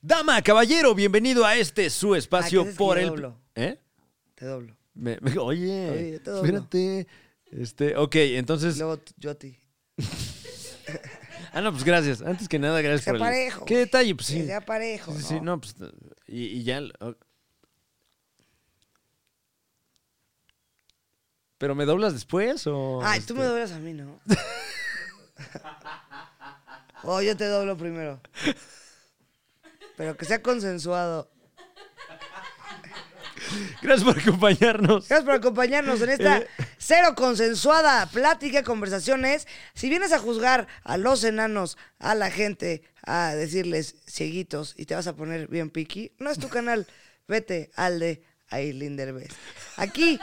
Dama, caballero, bienvenido a este su espacio Ah, ¿qué haces que por yo el. doblo? ¿Eh? Te doblo. Me- me- oye, Oye, todo espérate. Este, ok, entonces. Luego t- yo a ti. Ah, no, pues gracias. Antes que nada, gracias Que sea por el- parejo, ¿Qué güey. detalle? Pues sí. Que sea parejo. Sí, sí, ¿no? no, pues. Y, y ya. oh. ¿Pero me doblas después o.? Ay, tú este? me doblas a mí, ¿no? o Oh, yo te doblo primero. Pero que sea consensuado. Gracias por acompañarnos. Gracias por acompañarnos en esta Eh. cero consensuada plática, conversaciones. Si vienes a juzgar a los enanos, a la gente, a decirles cieguitos y te vas a poner bien piqui, no es tu canal. Vete al de Aislinn Derbez. Aquí,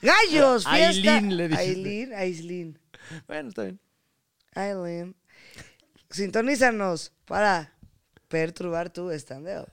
gallos, fiesta. Aislinn, le dijiste. Aislinn, Aislinn. Bueno, está bien. Aileen. Sintonízanos para perturbar tu stand-up.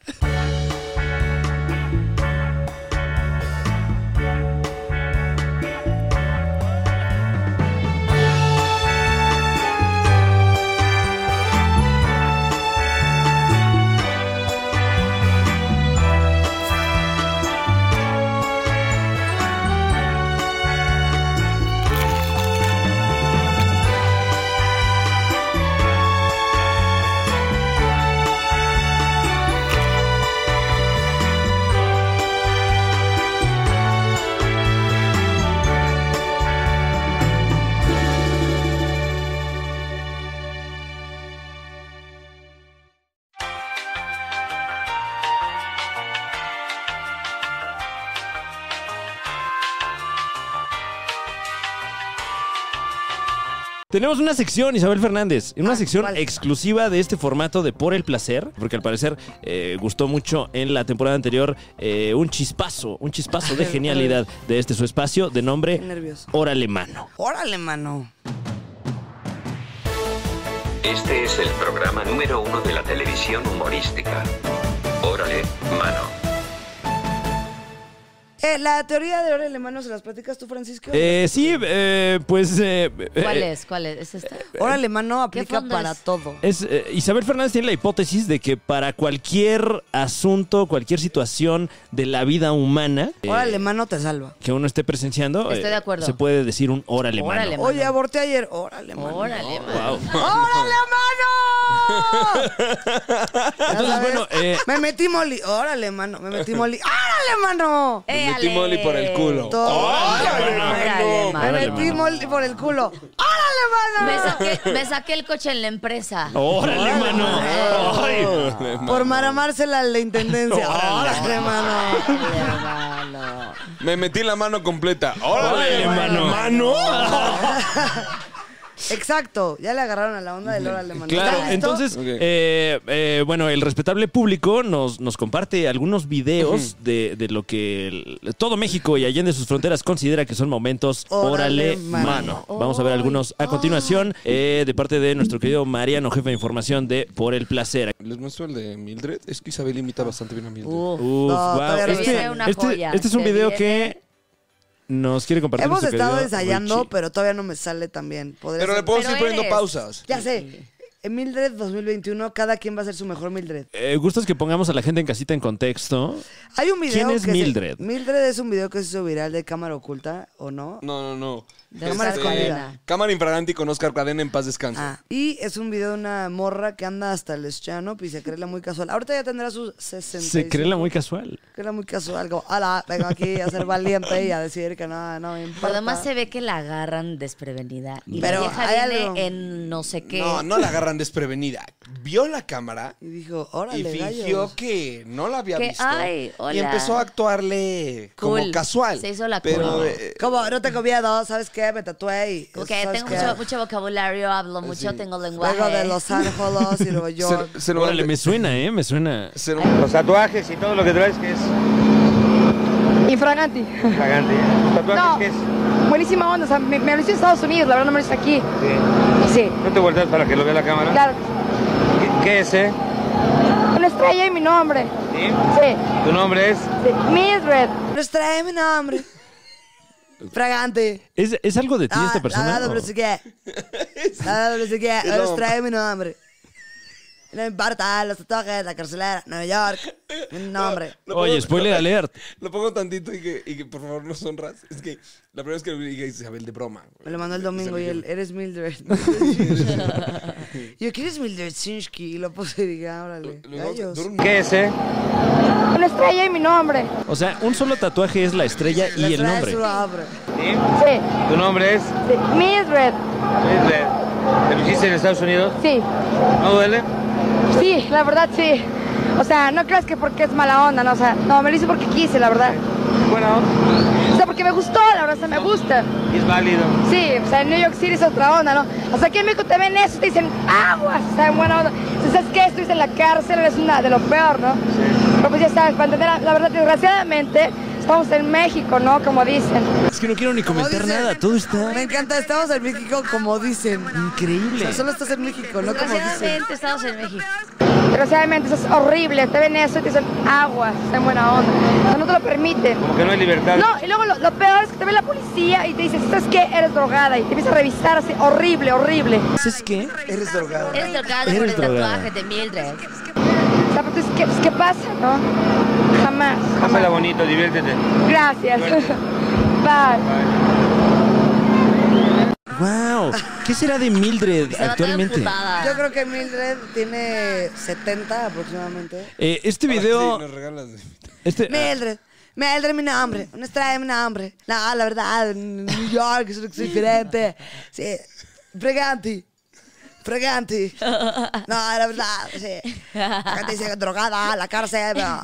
Tenemos una sección, Isabel Fernández, una Ah, sección ¿cuál? exclusiva de este formato de Por el Placer, porque al parecer eh, gustó mucho en la temporada anterior eh, un chispazo, un chispazo de genialidad de este su espacio de nombre Qué nervioso. Órale Mano. Órale, mano. Este es el programa número uno de la televisión humorística. Órale, mano. Eh, la teoría de órale, mano, ¿se las platicas tú, Francisco? Eh, sí, eh, pues... eh, ¿Cuál eh, es? ¿Cuál es? ¿Es esta? Órale, mano aplica fondo para es? todo. Es, eh, Isabel Fernández tiene la hipótesis de que para cualquier asunto, cualquier situación de la vida humana eh, Órale, mano te salva. que uno esté presenciando, Estoy eh, de acuerdo. se puede decir un órale, Órale, mano. mano. Oye, aborté ayer. Órale, mano. Órale, man. Wow. ¡Órale, mano! Oh, Ya Entonces, sabes, bueno, eh, Me metí moli. Órale, mano. Me metí moli. ¡Órale, mano! ¡Éale! metí moli por el culo. Todo. ¡Órale, Me mano! Órale, metí mano. moli por el culo. ¡Órale, Me mano! saqué, me saqué el coche en la empresa. ¡Órale, mano! ¡Ay! Por maramársela a la intendencia. ¡Órale, mano! Órale, mano. Me metí la mano completa. ¡Órale, ¡Órale, mano! Exacto. Ya le agarraron a la onda del órale, mano. Claro, ¿Estás listo? entonces, Ok. eh, eh, bueno, el respetable público nos, nos comparte algunos videos de, de lo que el- todo México y allende sus fronteras considera que son momentos órale Órale, mano. Vamos a ver algunos a continuación eh, de parte de nuestro querido Mariano, jefe de información de Por el Placer. Les muestro el de Mildred. Es que Isabel imita bastante bien a Mildred. Uf. Uf, No, wow. todavía no Este, viene una este- joya. este es un Se video viene. que nos quiere compartir. Hemos nuestro estado querido ensayando, Richie. pero todavía no me sale tan bien. Podría Pero le ser- puedo Pero ir poniendo eres- pausas. Ya sé. En Mildred 2021, cada quien va a ser su mejor Mildred. Eh, gustas que pongamos a la gente en casita en contexto. Hay un video. ¿Quién es que se- Mildred? Mildred es un video que se hizo viral de cámara oculta, ¿o no? No, no, no. Este, De Cámara escondida. Cámara infraganti con Oscar Cadena en paz descanse. Ah, y es un video de una morra que anda hasta el Schanop y se cree la muy casual. Ahorita ya tendrá sus 60. Se cree la muy casual. muy casual. Como, ala, vengo aquí a ser valiente y a decir que no, no me importa. Pero además se ve que la agarran desprevenida. Y Pero la vieja hay viene algo. en no sé qué. No, no la agarran desprevenida. Vio la cámara Y dijo, y órale, fingió gallos. que no la había Que, visto. ay, Y hola. empezó a actuarle Cool. como casual. Se hizo la Pero cool. eh, Como, no tengo miedo, ¿sabes qué? Me tatué y... Como que ¿sabes tengo qué? mucho, mucho vocabulario, hablo mucho, tengo lenguaje. Vengo de Los Ángeles y Nueva York. se, se lo Órale, me suena, ¿eh? Me suena. se lo- Los tatuajes y todo lo que traes que es Infraganti. fragante. ¿eh? ¿Los tatuajes No, que es? buenísima onda. O sea, me, me lo hice en Estados Unidos, la verdad no me lo hice aquí. Sí. Sí, eh, No te volteas para que lo vea la cámara. claro. ¿Qué, qué es, eh? Una estrella y mi nombre. ¿Sí? Sí, ¿Tu nombre es? sí. Mildred. Pues trae mi nombre. Fragante. ¿Es, es algo de ti Ah, esta persona? La verdad, o- pero sí que. La verdad, pero sí que. la Pues mamá. trae mi nombre. No importa, los tatuajes, la carcelera, Nueva York. Un nombre. Lo Oye, pongo- spoiler alert. Lo pongo tantito y que, y que, por favor nos honras. Es que la primera vez que lo vi dije Isabel de broma. güey. Me lo mandó el domingo y él, eres Mildred. Yo, ¿quién es Mildred Sinsky? Y lo puse y dije, "Ah, órale. Lo digo, gallos". dura un- ¿Qué es, eh? Una estrella y mi nombre. O sea, un solo tatuaje es la estrella La y el trae nombre. su abra. ¿Sí? Sí. ¿Tu nombre es? sí. Mildred. Hitler. ¿Te lo hiciste en Estados Unidos? Sí. ¿No duele? Sí, la verdad sí. O sea, no creas que porque es mala onda, no, o sea, no, me lo hice porque quise, la verdad. Bueno, O sea, porque me gustó, la verdad, o sea, me gusta. es válido. Sí, o sea, en New York City es otra onda, ¿no? O sea, aquí en México te ven eso y te dicen, aguas, o sea, en buena onda. Si sabes que estuviste en la cárcel, eres una de lo peor, ¿no? Pero pues ya sabes, para entender, la- la verdad, desgraciadamente, estamos en México, ¿no? Como dicen. Es que no quiero ni Como comentar dicen, nada, todo está Me encanta, estamos en México como dicen. O increíble. sea, solo estás en México, no como dicen. Desgraciadamente estamos en México. Desgraciadamente eso es horrible, te ven eso y te dicen, aguas, o sea, en buena onda. O sea, no te lo permiten. Como que no hay libertad. No, y luego lo, lo peor es que te ve la policía y te dice, ¿sabes qué? Eres drogada y te empieza a revisar así, horrible, horrible. ¿Sabes qué? Eres drogado. Eres drogada Eres por el drogada. tatuaje de Mildred. O sea, pues, es que- pues, ¿qué pasa, no? Jamás. jamás. Pásala bonito, diviértete. Gracias. Bye. Wow. ¿Qué será de Mildred Se va a estar actualmente? emputada. Yo creo que Mildred tiene 70 aproximadamente. Eh, este Sí, video, nos regalas. este, Mildred. Mildred, mi nombre. Una estrella, mi nombre. No, la verdad, en New York es diferente. Sí. Freganti. Freganti. No, la verdad, sí. Acá te dicen drogada, la cárcel. pero-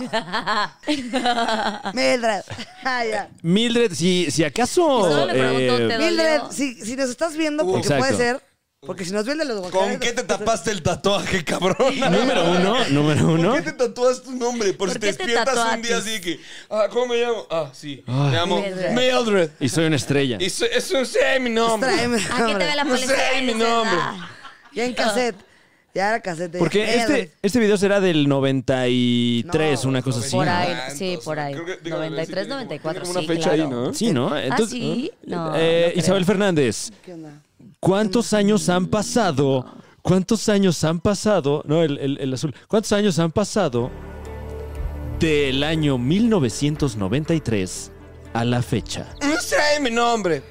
Mildred. Ay, ya. Mildred, si, si acaso Solo le preguntó, eh, ¿te dolió? Mildred, si, si nos estás viendo, Uh, porque exacto. puede ser. Porque si nos ven de los ¿Con guacareros- qué te tapaste el tatuaje, cabrón? número uno, número uno. ¿Por qué te tatúas tu nombre? Por, ¿Por si te qué te despiertas un tatuaste? día así que. Ah, ¿Cómo me llamo? Ah, sí. Ay. Me llamo Mildred. Mildred. y soy una estrella. Y so- es un sé mi nombre. Estrella, mi ¿A qué te nombre. ve la No policía? Ah, sé mi Eres nombre. drogada. Ya en cassette. Ya era cassette. Porque Mildred. este, este video será del 93, No, una cosa así. Por ¿no? ahí, Tantos, sí, por ahí. creo que- dígame, 93, sí, tiene como- 94, tiene como una sí, fecha ahí, claro. Ah, ¿no? Sí, ¿no? Entonces, sí? No, eh, no creo. Mm. Isabel Fernández, ¿Qué onda? ¿cuántos años han pasado? ¿Cuántos años han pasado? No, el, el- el azul. ¿Cuántos años han pasado del año 1993 a la fecha? No sé mi nombre.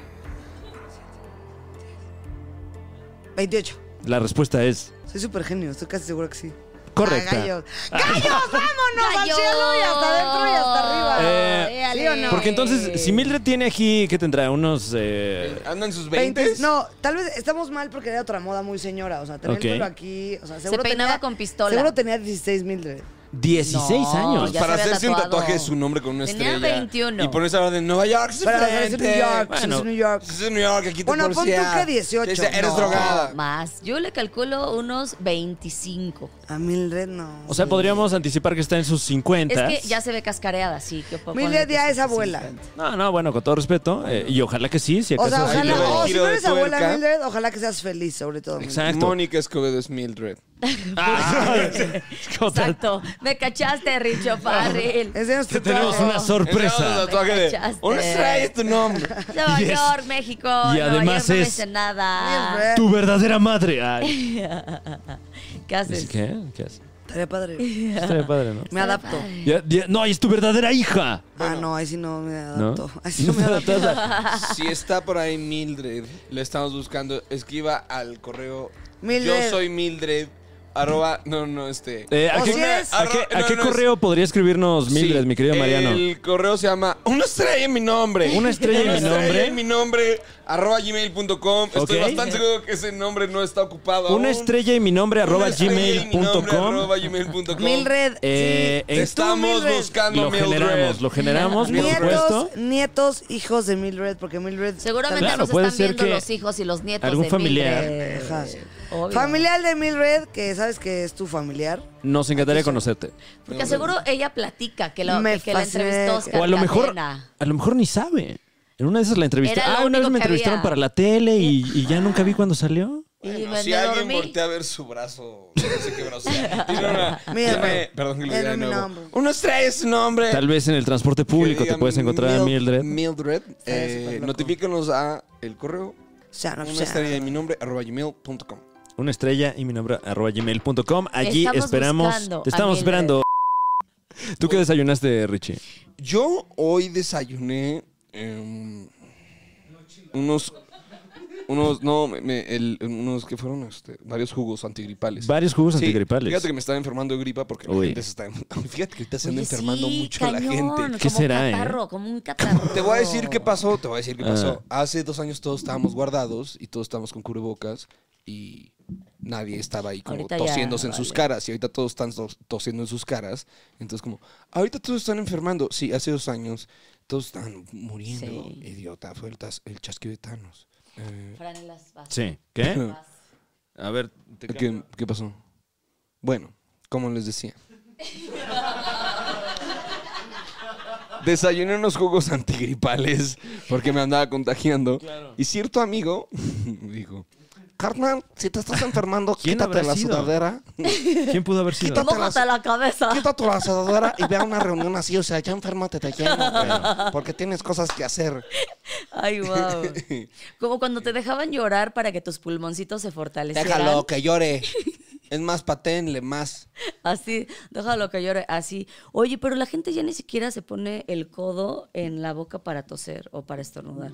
28. La respuesta es Soy súper genio, estoy casi seguro que sí. Ah, correcta. gallos. ¡Gallos! ¡Vámonos! ¡Al ¡Gallos! cielo y hasta adentro y hasta arriba! Eh, Véale. ¿sí o no? Porque entonces, si Mildred tiene aquí, ¿qué tendrá? Unos... eh, ¿Andan en sus 20, veintes? no, tal vez estamos mal porque era otra moda muy señora. O sea, tener Ok. el pelo aquí. O sea, seguro peinaba tenía- con pistola. Seguro tenía 16 Mildred. 16 No, años. ya Pues Para se había hacerse un tatuado. tatuaje de su nombre con una Tenía estrella. 21. Y ponerse ahora de Nueva York. Es Pero es diferente. New York, Bueno. es New York. Si Es de New York, aquí te Bueno, pon tú policía. que 18, Te dice, eres no. drogada. Más. Yo le calculo unos 25. A Mildred no. O sea, podríamos anticipar que está en sus 50. Es que ya se ve cascareada, sí. Que puedo Mildred poner que ya sí, es abuela. 50. No, no, bueno, con todo respeto. eh, y ojalá que sí, si O acaso. sea, ahí ojalá, le doy o el si giro no de eres abuela tuerca. Mildred, ojalá que seas feliz, sobre todo. Mildred. Exacto. Mónica Escobedo es Mildred. Ah, otra- Exacto. Me cachaste, Richo Farrell. Es de Te nuestro tenemos trabajo. una sorpresa. Un tatuaje de. cachaste. Una estrella es tu nombre. Nueva Y es- York, México. y Nueva además York no me es- dice nada. Mildred. Tu verdadera madre. Ay. ¿Qué haces? ¿Qué? ¿Qué hace? Estaría padre. Estaría padre, ¿no? Me adapto. Ya- ya- no, es tu verdadera hija. Ah, no, ahí sí no me ¿No? adapto. Ahí sí No no me te adapto. adaptas a- Si está por ahí Mildred, lo estamos buscando. Escriba al correo. Mildred. Yo soy Mildred. Arroba. No, no, este. Eh, ¿A O qué, si eres- a qué- a No, qué no, es- correo podría escribirnos Mildred, Sí, mi querido Mariano? El correo se llama Una estrella en mi nombre. Una estrella en mi nombre. en mi nombre. Arroba gmail.com. Estoy Ok. bastante seguro que ese nombre no está ocupado. aún. Una estrella y mi nombre arroba Una estrella y mi nombre, gmail.com. arroba gmail.com. Mildred, Eh, sí. Te en- estamos Mildred. buscando Lo Mildred. generamos, lo generamos, por supuesto. Nietos, nietos, hijos de Mildred, porque Mildred... Seguramente Claro, nos puede están ser viendo que los hijos y los nietos algún de familiar. Mildred. Ajá. Obvio. Familiar de Mildred, que sabes que es tu familiar. Nos encantaría conocerte. Porque seguro ella platica que, lo, Me que, que la fasciné. entrevistó Oscar O a lo mejor, Cadena. a lo mejor ni sabe. En una de esas la entrevistaron. Era lo Ah, una vez único me que entrevistaron había. para la tele y, y ya nunca vi cuando salió. Y Bueno, me si me alguien dormí. voltea a ver su brazo, no sé qué brazo. sea. Tiene una. Mira, tiene- perdón que lo era diga de mi nuevo. nombre. Una estrella es su nombre. Tal vez en el transporte público te puedes encontrar a Mildred. Mildred, Estaría súper eh, loco. notifíquenos a el correo O sea, no, o una sea, estrella de mi nombre arroba gmail.com. una estrella y mi nombre arroba gmail.com. Allí estamos esperamos. buscando, te estamos Amiel. esperando. ¿Tú qué desayunaste, Richie? Yo hoy desayuné em, unos. Unos, no, me- me- el- unos que fueron este, varios jugos antigripales. Varios jugos Sí, antigripales. Fíjate que me estaba enfermando de gripa porque la Uy. gente se está. Fíjate que ahorita se anda Oye, enfermando sí, mucho la cañón, gente. ¿Qué como será, eh? Un catarro, como un catarro. Te voy a decir qué pasó, te voy a decir qué pasó. Ah. Hace dos años todos estábamos guardados y todos estábamos con cubrebocas y nadie estaba ahí como Ahorita ya, tosiéndose en sus vale. caras y ahorita todos están tos- tosiendo en sus caras. Entonces como, ahorita todos están enfermando. Sí, hace dos años todos están muriendo. Sí. Idiota, fue el, tas- el chasquido de Thanos. Eh, Fran, las vas. Sí. ¿Qué? A ver, te ¿qué, qué pasó? Bueno, como les decía. Desayuné unos jugos antigripales porque me andaba contagiando. Y cierto amigo dijo, carnal, si te estás enfermando, ¿Quién quítate habrá la sido? sudadera. ¿Quién pudo haber sido? Quítate Mójate la cabeza. Quítate la sudadera y ve a una reunión así. O sea, ya enférmate de lleno, güey, porque tienes cosas que hacer. Ay, wow. Como cuando te dejaban llorar para que tus pulmoncitos se fortalecieran. Déjalo, que llore. Es más, paténle más. Así, déjalo que llore, así. Oye, pero la gente ya ni siquiera se pone el codo en la boca para toser o para estornudar.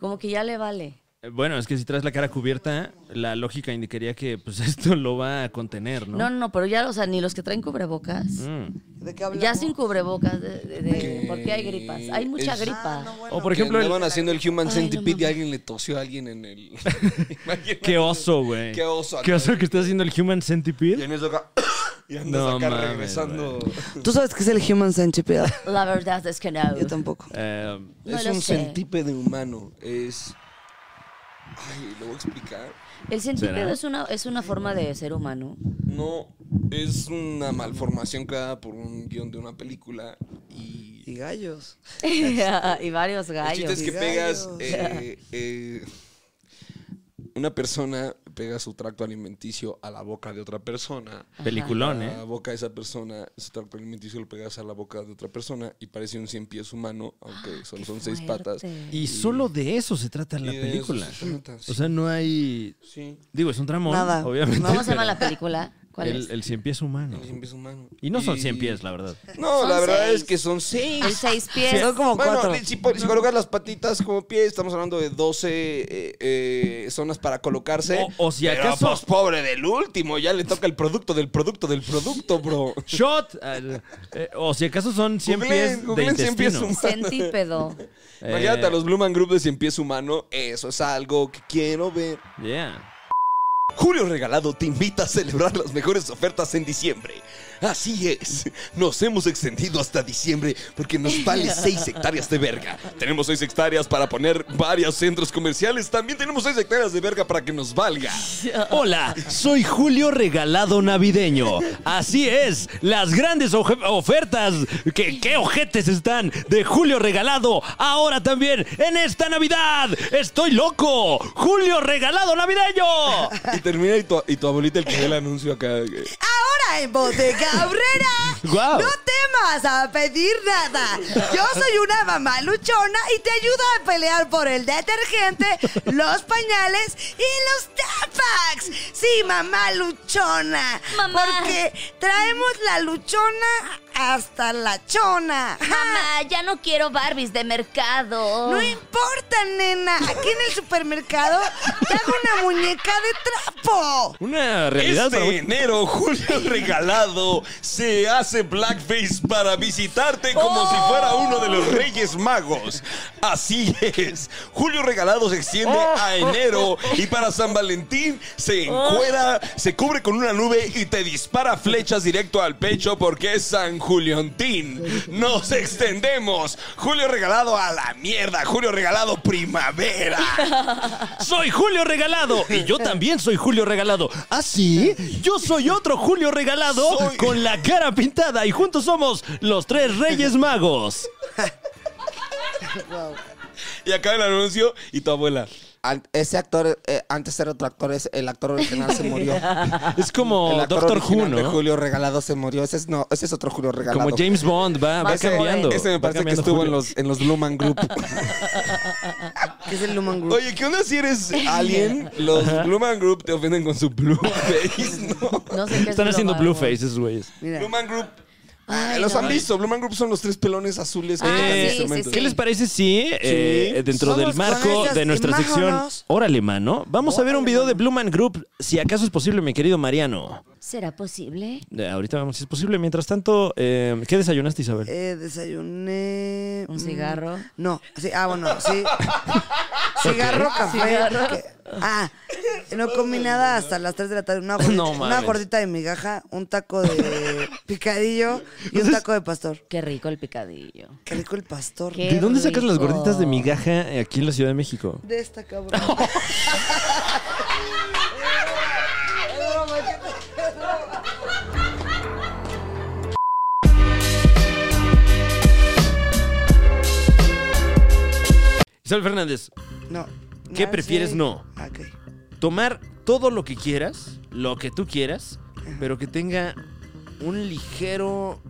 Como que ya le vale. Eh, Bueno, es que si traes la cara cubierta, la lógica indicaría que pues esto lo va a contener, ¿no? No, no, no, pero ya, o sea, ni los que traen cubrebocas. Mm. ¿De qué hablamos? Ya sin cubrebocas, de- de- de- Que porque hay gripas. Hay mucha es- gripa. Ah, no, bueno. O por ejemplo, que el, andaban haciendo el Human Ay, Centipede no y alguien le tosió a alguien en el. Imagínate. qué oso, güey. Qué oso. Qué oso que está haciendo el Human Y Centipede. en eso acá. Y andas No acá mames, regresando. ¿Tú sabes qué es el Human Centipede? La verdad es que no. Yo tampoco. Eh, No es lo un sé. centípede humano. Es. Ay, lo voy a explicar. El centípedo ¿Será? es una, es una forma de ser humano. No. Es una malformación creada por un guión de una película. Y. Y gallos. y varios El chiste gallos. es que Gallos. pegas. eh, eh, una persona pega su tracto alimenticio a la boca de otra persona. peliculón, ¿eh? a la boca de esa persona, ese tracto alimenticio lo pegas a la boca de otra persona y parece un cien pies humano, Ah, aunque solo qué son seis patas. fuerte. Y solo de eso se trata la Y de eso película. se trata, sí. O sea, no hay. Sí, Digo, es un tramo, Nada. obviamente. ¿Cómo se llama pero la película? ¿Cuál el, es? el cien pies humano. un cien pies humano. Y no son cien pies, la verdad. No, Son la verdad seis. es que son seis. El seis pies. Son como bueno, cuatro. si, po- si colocas las patitas como pies, estamos hablando de 12 eh, eh, zonas para colocarse. O- o si Pero, acaso- pues, pobre del último, ya le toca el producto del producto del producto, bro. ¡Shot! Al- eh, o si acaso son cien Googleen, pies de googleen cien pies intestino. humanos. Centípedo. Imagínate a Eh. los Blue Man Group de cien pies humano. Eso es algo que quiero ver. Yeah. Julio Regalado te invita a celebrar las mejores ofertas en diciembre. Así es, nos hemos extendido hasta diciembre porque nos vale 6 hectáreas de verga. Tenemos 6 hectáreas para poner varios centros comerciales. También tenemos 6 hectáreas de verga para que nos valga. Hola, soy Julio Regalado Navideño. Así es, las grandes oje- ofertas, que qué ojetes están de Julio Regalado, ahora también en esta Navidad. Estoy loco, Julio Regalado Navideño. Y termina y tu, y tu abuelita el que ve el anuncio acá. eh, Ahora en Bodega Cabrera. Guau. No temas a pedir nada. Yo soy una mamá luchona y te ayudo a pelear por el detergente, los pañales y los tapax. Sí, mamá luchona. Mamá. Porque traemos la luchona hasta la chona. Mamá, ya no quiero Barbies de mercado. No importa, nena. Aquí en el supermercado te hago una muñeca de trapo. Una Este enero, Julio Regalado se hace blackface para visitarte como si fuera ¡Oh! uno de los Reyes Magos. Así es. Julio Regalado se extiende a ¡Oh! enero y para San Valentín se encuera, se cubre con una nube y te dispara flechas directo al pecho porque es San Juliontín. Nos extendemos. Julio Regalado a la mierda. Julio Regalado primavera. Soy Julio Regalado y yo también soy Julio Regalado. ¿Ah, sí? Yo soy otro Julio Regalado Soy- con la cara pintada y juntos somos los tres Reyes Magos. Y acaba el anuncio y tu abuela. Al- ese actor, eh, antes era otro actor, es- el actor original se murió. Es como el actor Oh, Doctor Who, original de ¿no? Julio Regalado se murió. Ese es, no, ese es otro Julio Regalado. Como James Bond, va, va Más joven. cambiando. Ese Este me va parece que cambiando estuvo en Julio. los, en los Luman Group. que es el Luman Group. Oye, ¿qué onda si eres alien? Los Blue Man Group te ofenden con su blue face, ¿no? No sé qué es Están haciendo Blue blue Man Group. faces, güeyes. Mira. Blue Man Group. Ah, Ay, los no. han visto. Blue Man Group son los tres pelones azules. con Ah, todas las sí, sí, sí. cementos. ¿Qué les parece si eh, dentro Vamos del marco con esas de nuestra sección imágenes. Órale Mano, vamos a ver un video de Blue Man Group, si acaso es posible, mi querido Mariano? ¿Será posible? Eh, ahorita vamos, si es posible. Mientras tanto, eh, ¿qué desayunaste, Isabel? Eh, desayuné. ¿Un mm, cigarro? No, sí, ah, bueno, sí. cigarro, café. Cigarro. que- ah, no comí nada hasta las 3 de la tarde. Una gordita, No una mames. gordita de migaja, un taco de picadillo y un taco de pastor. Qué rico el picadillo. Qué rico el pastor. Qué ¿De dónde sacas las rico. gorditas de migaja eh, aquí en la Ciudad de México? De esta cabrón. Es broma, es que- Isabel Fernández, No. ¿Qué Ah, prefieres sí. no? Ah, ok. tomar todo lo que quieras, lo que tú quieras, pero que tenga un ligero,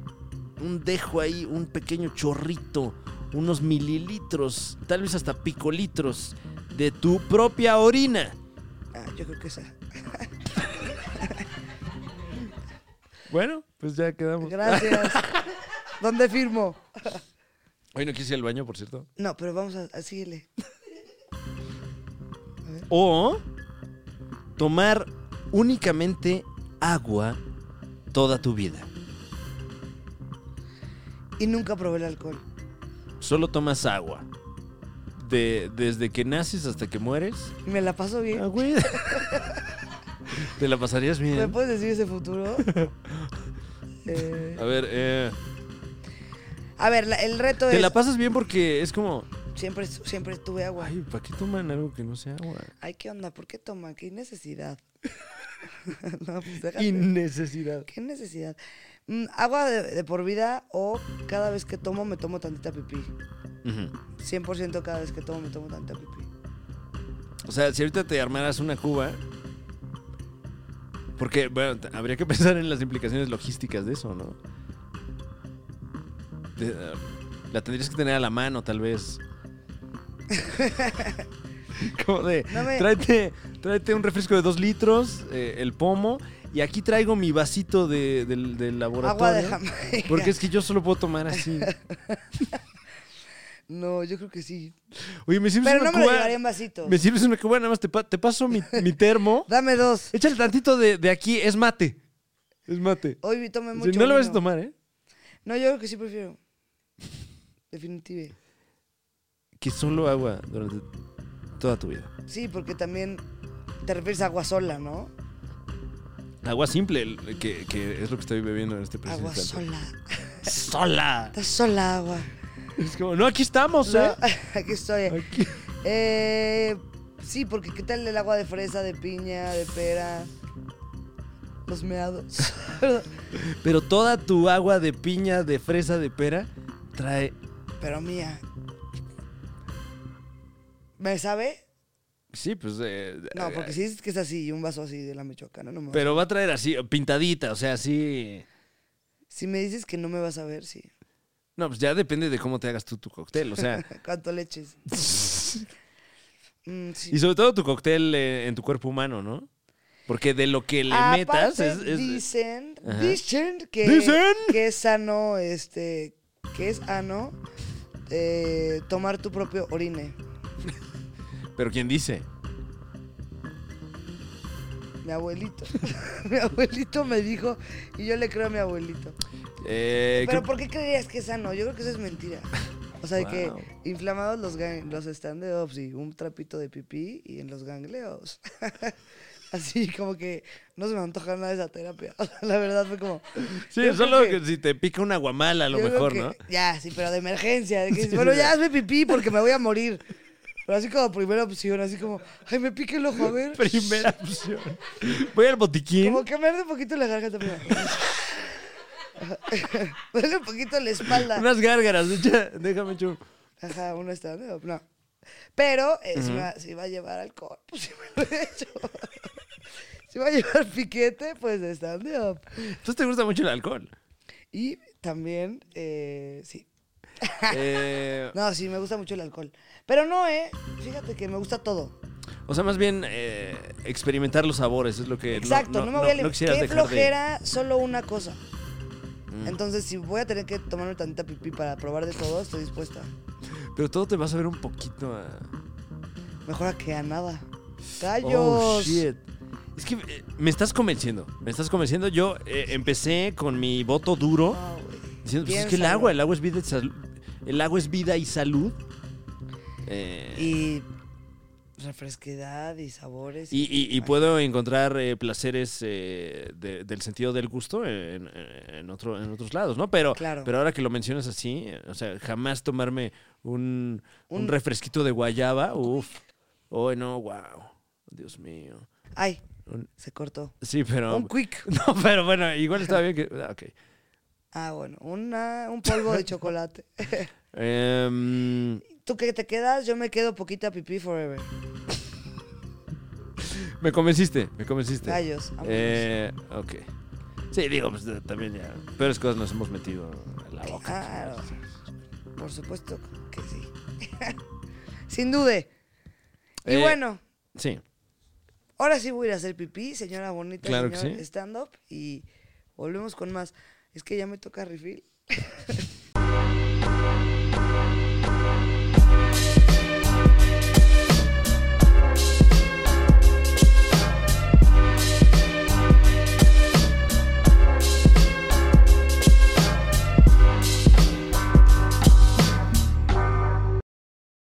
un dejo ahí, un pequeño chorrito, unos mililitros, tal vez hasta picolitros de tu propia orina. Ah, yo creo que esa. Bueno, pues ya quedamos. Gracias. ¿Dónde firmo? Hoy no quise ir al baño, por cierto. No, pero vamos a, a síguele. ¿Eh? O tomar únicamente agua toda tu vida. Y nunca probé el alcohol. Solo tomas agua. De- desde que naces hasta que mueres, Me la paso bien. Ah, güey. Te la pasarías ¿Me bien. puedes decir ese futuro? Eh, A ver, eh, a ver, la- el reto te es. la pasas bien porque es como, Siempre, siempre tuve agua. ay, ¿para qué toman algo que no sea agua? Ay, ¿qué onda? ¿Por qué toman? ¿Qué necesidad? no, pues déjate. Innecesidad. ¿Qué necesidad? Mm, agua de, de por vida o cada vez que tomo me tomo tantita pipí. 100% cada vez que tomo me tomo tanta pipí. O sea, si ahorita te armaras una cuba, porque, bueno, t- habría que pensar en las implicaciones logísticas de eso, ¿no? Te- la tendrías que tener a la mano, tal vez. Como de, No me- tráete, tráete un refresco de dos litros, eh, el pomo, y aquí traigo mi vasito de, del, del laboratorio. Agua de Jamaica. Porque es que yo solo puedo tomar así. No, yo creo que sí. Oye, me sirves Pero una no me lo cuba. llevaría en vasito. me sirves una cuba, nada más te, pa- te paso mi, mi termo. Dame dos. Échale tantito de, de aquí, es mate. Es mate. Hoy vi- tomé Si mucho no lo vas a vino. tomar, ¿eh? No, yo creo que sí prefiero. Definitive. Que solo agua durante toda tu vida. Sí, porque también te refieres a agua sola, ¿no? Agua simple, el- que, que es lo que estoy bebiendo en este preciso Agua instante. sola. ¡Sola! Estás sola, agua. Es como, no, aquí estamos, ¿eh? No, aquí estoy. Aquí. Eh, sí, porque ¿qué tal el agua de fresa, de piña, de pera? Los meados. Pero toda tu agua de piña, de fresa, de pera, trae... Pero mía. ¿Me sabe? Sí, pues... eh, No, eh, porque si dices que es así, un vaso así de la michoacana, no me va a Pero va a traer así, pintadita, o sea, así... Si me dices que no me vas a ver, sí. No, pues ya depende de cómo te hagas tú tu cóctel, o sea... ¿Cuánto leches? Mm, sí. Y sobre todo tu cóctel eh, en tu cuerpo humano, ¿no? Porque de lo que le Aparte, metas es... es- dicen, Ajá. dicen que, Dicen. que es sano, este, que es sano eh, tomar tu propio orine. Pero ¿quién dice? Mi abuelito. mi abuelito me dijo y yo le creo a mi abuelito. Eh, Pero creo- ¿por qué creerías que es sano? Yo creo que eso es mentira. O sea, que Wow. inflamados los, gan- los stand-ups y un trapito de pipí y en los gangleos. Así como que no se me antoja nada esa terapia. O sea, la verdad fue como... yo Sí, creo solo que- que si te pica una guamala a lo Yo creo mejor, que- ¿no? Ya, sí, pero de emergencia. de que dices, Sí, bueno, sí, ya sí. hazme pipí porque me voy a morir. Pero así como primera opción, así como, ay, me pique el ojo, a ver. Primera opción. Voy al botiquín. Como que me arde un poquito la garganta. Pero... Duele un poquito la espalda. Unas gárgaras. echa- déjame echar. un- Ajá, uno está. No. no. Pero eh, si, va, si va a llevar alcohol, pues sí me lo he hecho. si va a llevar piquete, pues stand-up. Entonces te gusta mucho el alcohol. Y también, eh, sí. Eh, No, sí, me gusta mucho el alcohol. Pero no, ¿eh? Fíjate que me gusta todo. o sea, más bien eh, experimentar los sabores es lo que. no- Exacto, no, me voy a... no lim- quisieras Qué dejar de- flojera Ah, solo una cosa. Mm. Entonces, si voy a tener que tomarme tantita pipí para probar de todo, estoy dispuesta. Pero todo te vas a ver un poquito a. Mejor a que a nada. Oh, ¡Callos! shit. Es que eh, me estás convenciendo. Me estás convenciendo. Yo eh, empecé con mi voto duro. No, güey. Diciendo, pues es que el Oh, Piénsalo. agua, el agua es vida y salud. El agua es vida y salud. Eh, y, Y refresquedad y sabores. y- y puedo encontrar eh, placeres eh, de- del sentido del gusto en, en otro, en otros lados, ¿no? Pero, Claro. pero ahora que lo mencionas así, eh, o sea, jamás tomarme un, un Un- refresquito de guayaba, uff. Oh, no, wow. Dios mío. Ay, Un- se cortó. Sí, pero... Un quick. No, pues, pero bueno, igual estaba bien que... ah, Ok. Ah, bueno, una, un polvo de chocolate. Em, Tú que te quedas, yo me quedo poquita pipí forever. me convenciste, me convenciste. Rayos, vámonos. Eh, ok. Sí, digo, pues eh, también ya. Peores cosas nos hemos metido en la boca. Claro. Por supuesto que sí. Sin dude. Y Eh, bueno, Pues, Sí. ahora sí voy a ir a hacer pipí, señora bonita, Claro que señor sí. stand-up. Y volvemos con más. Es que ya me toca refill.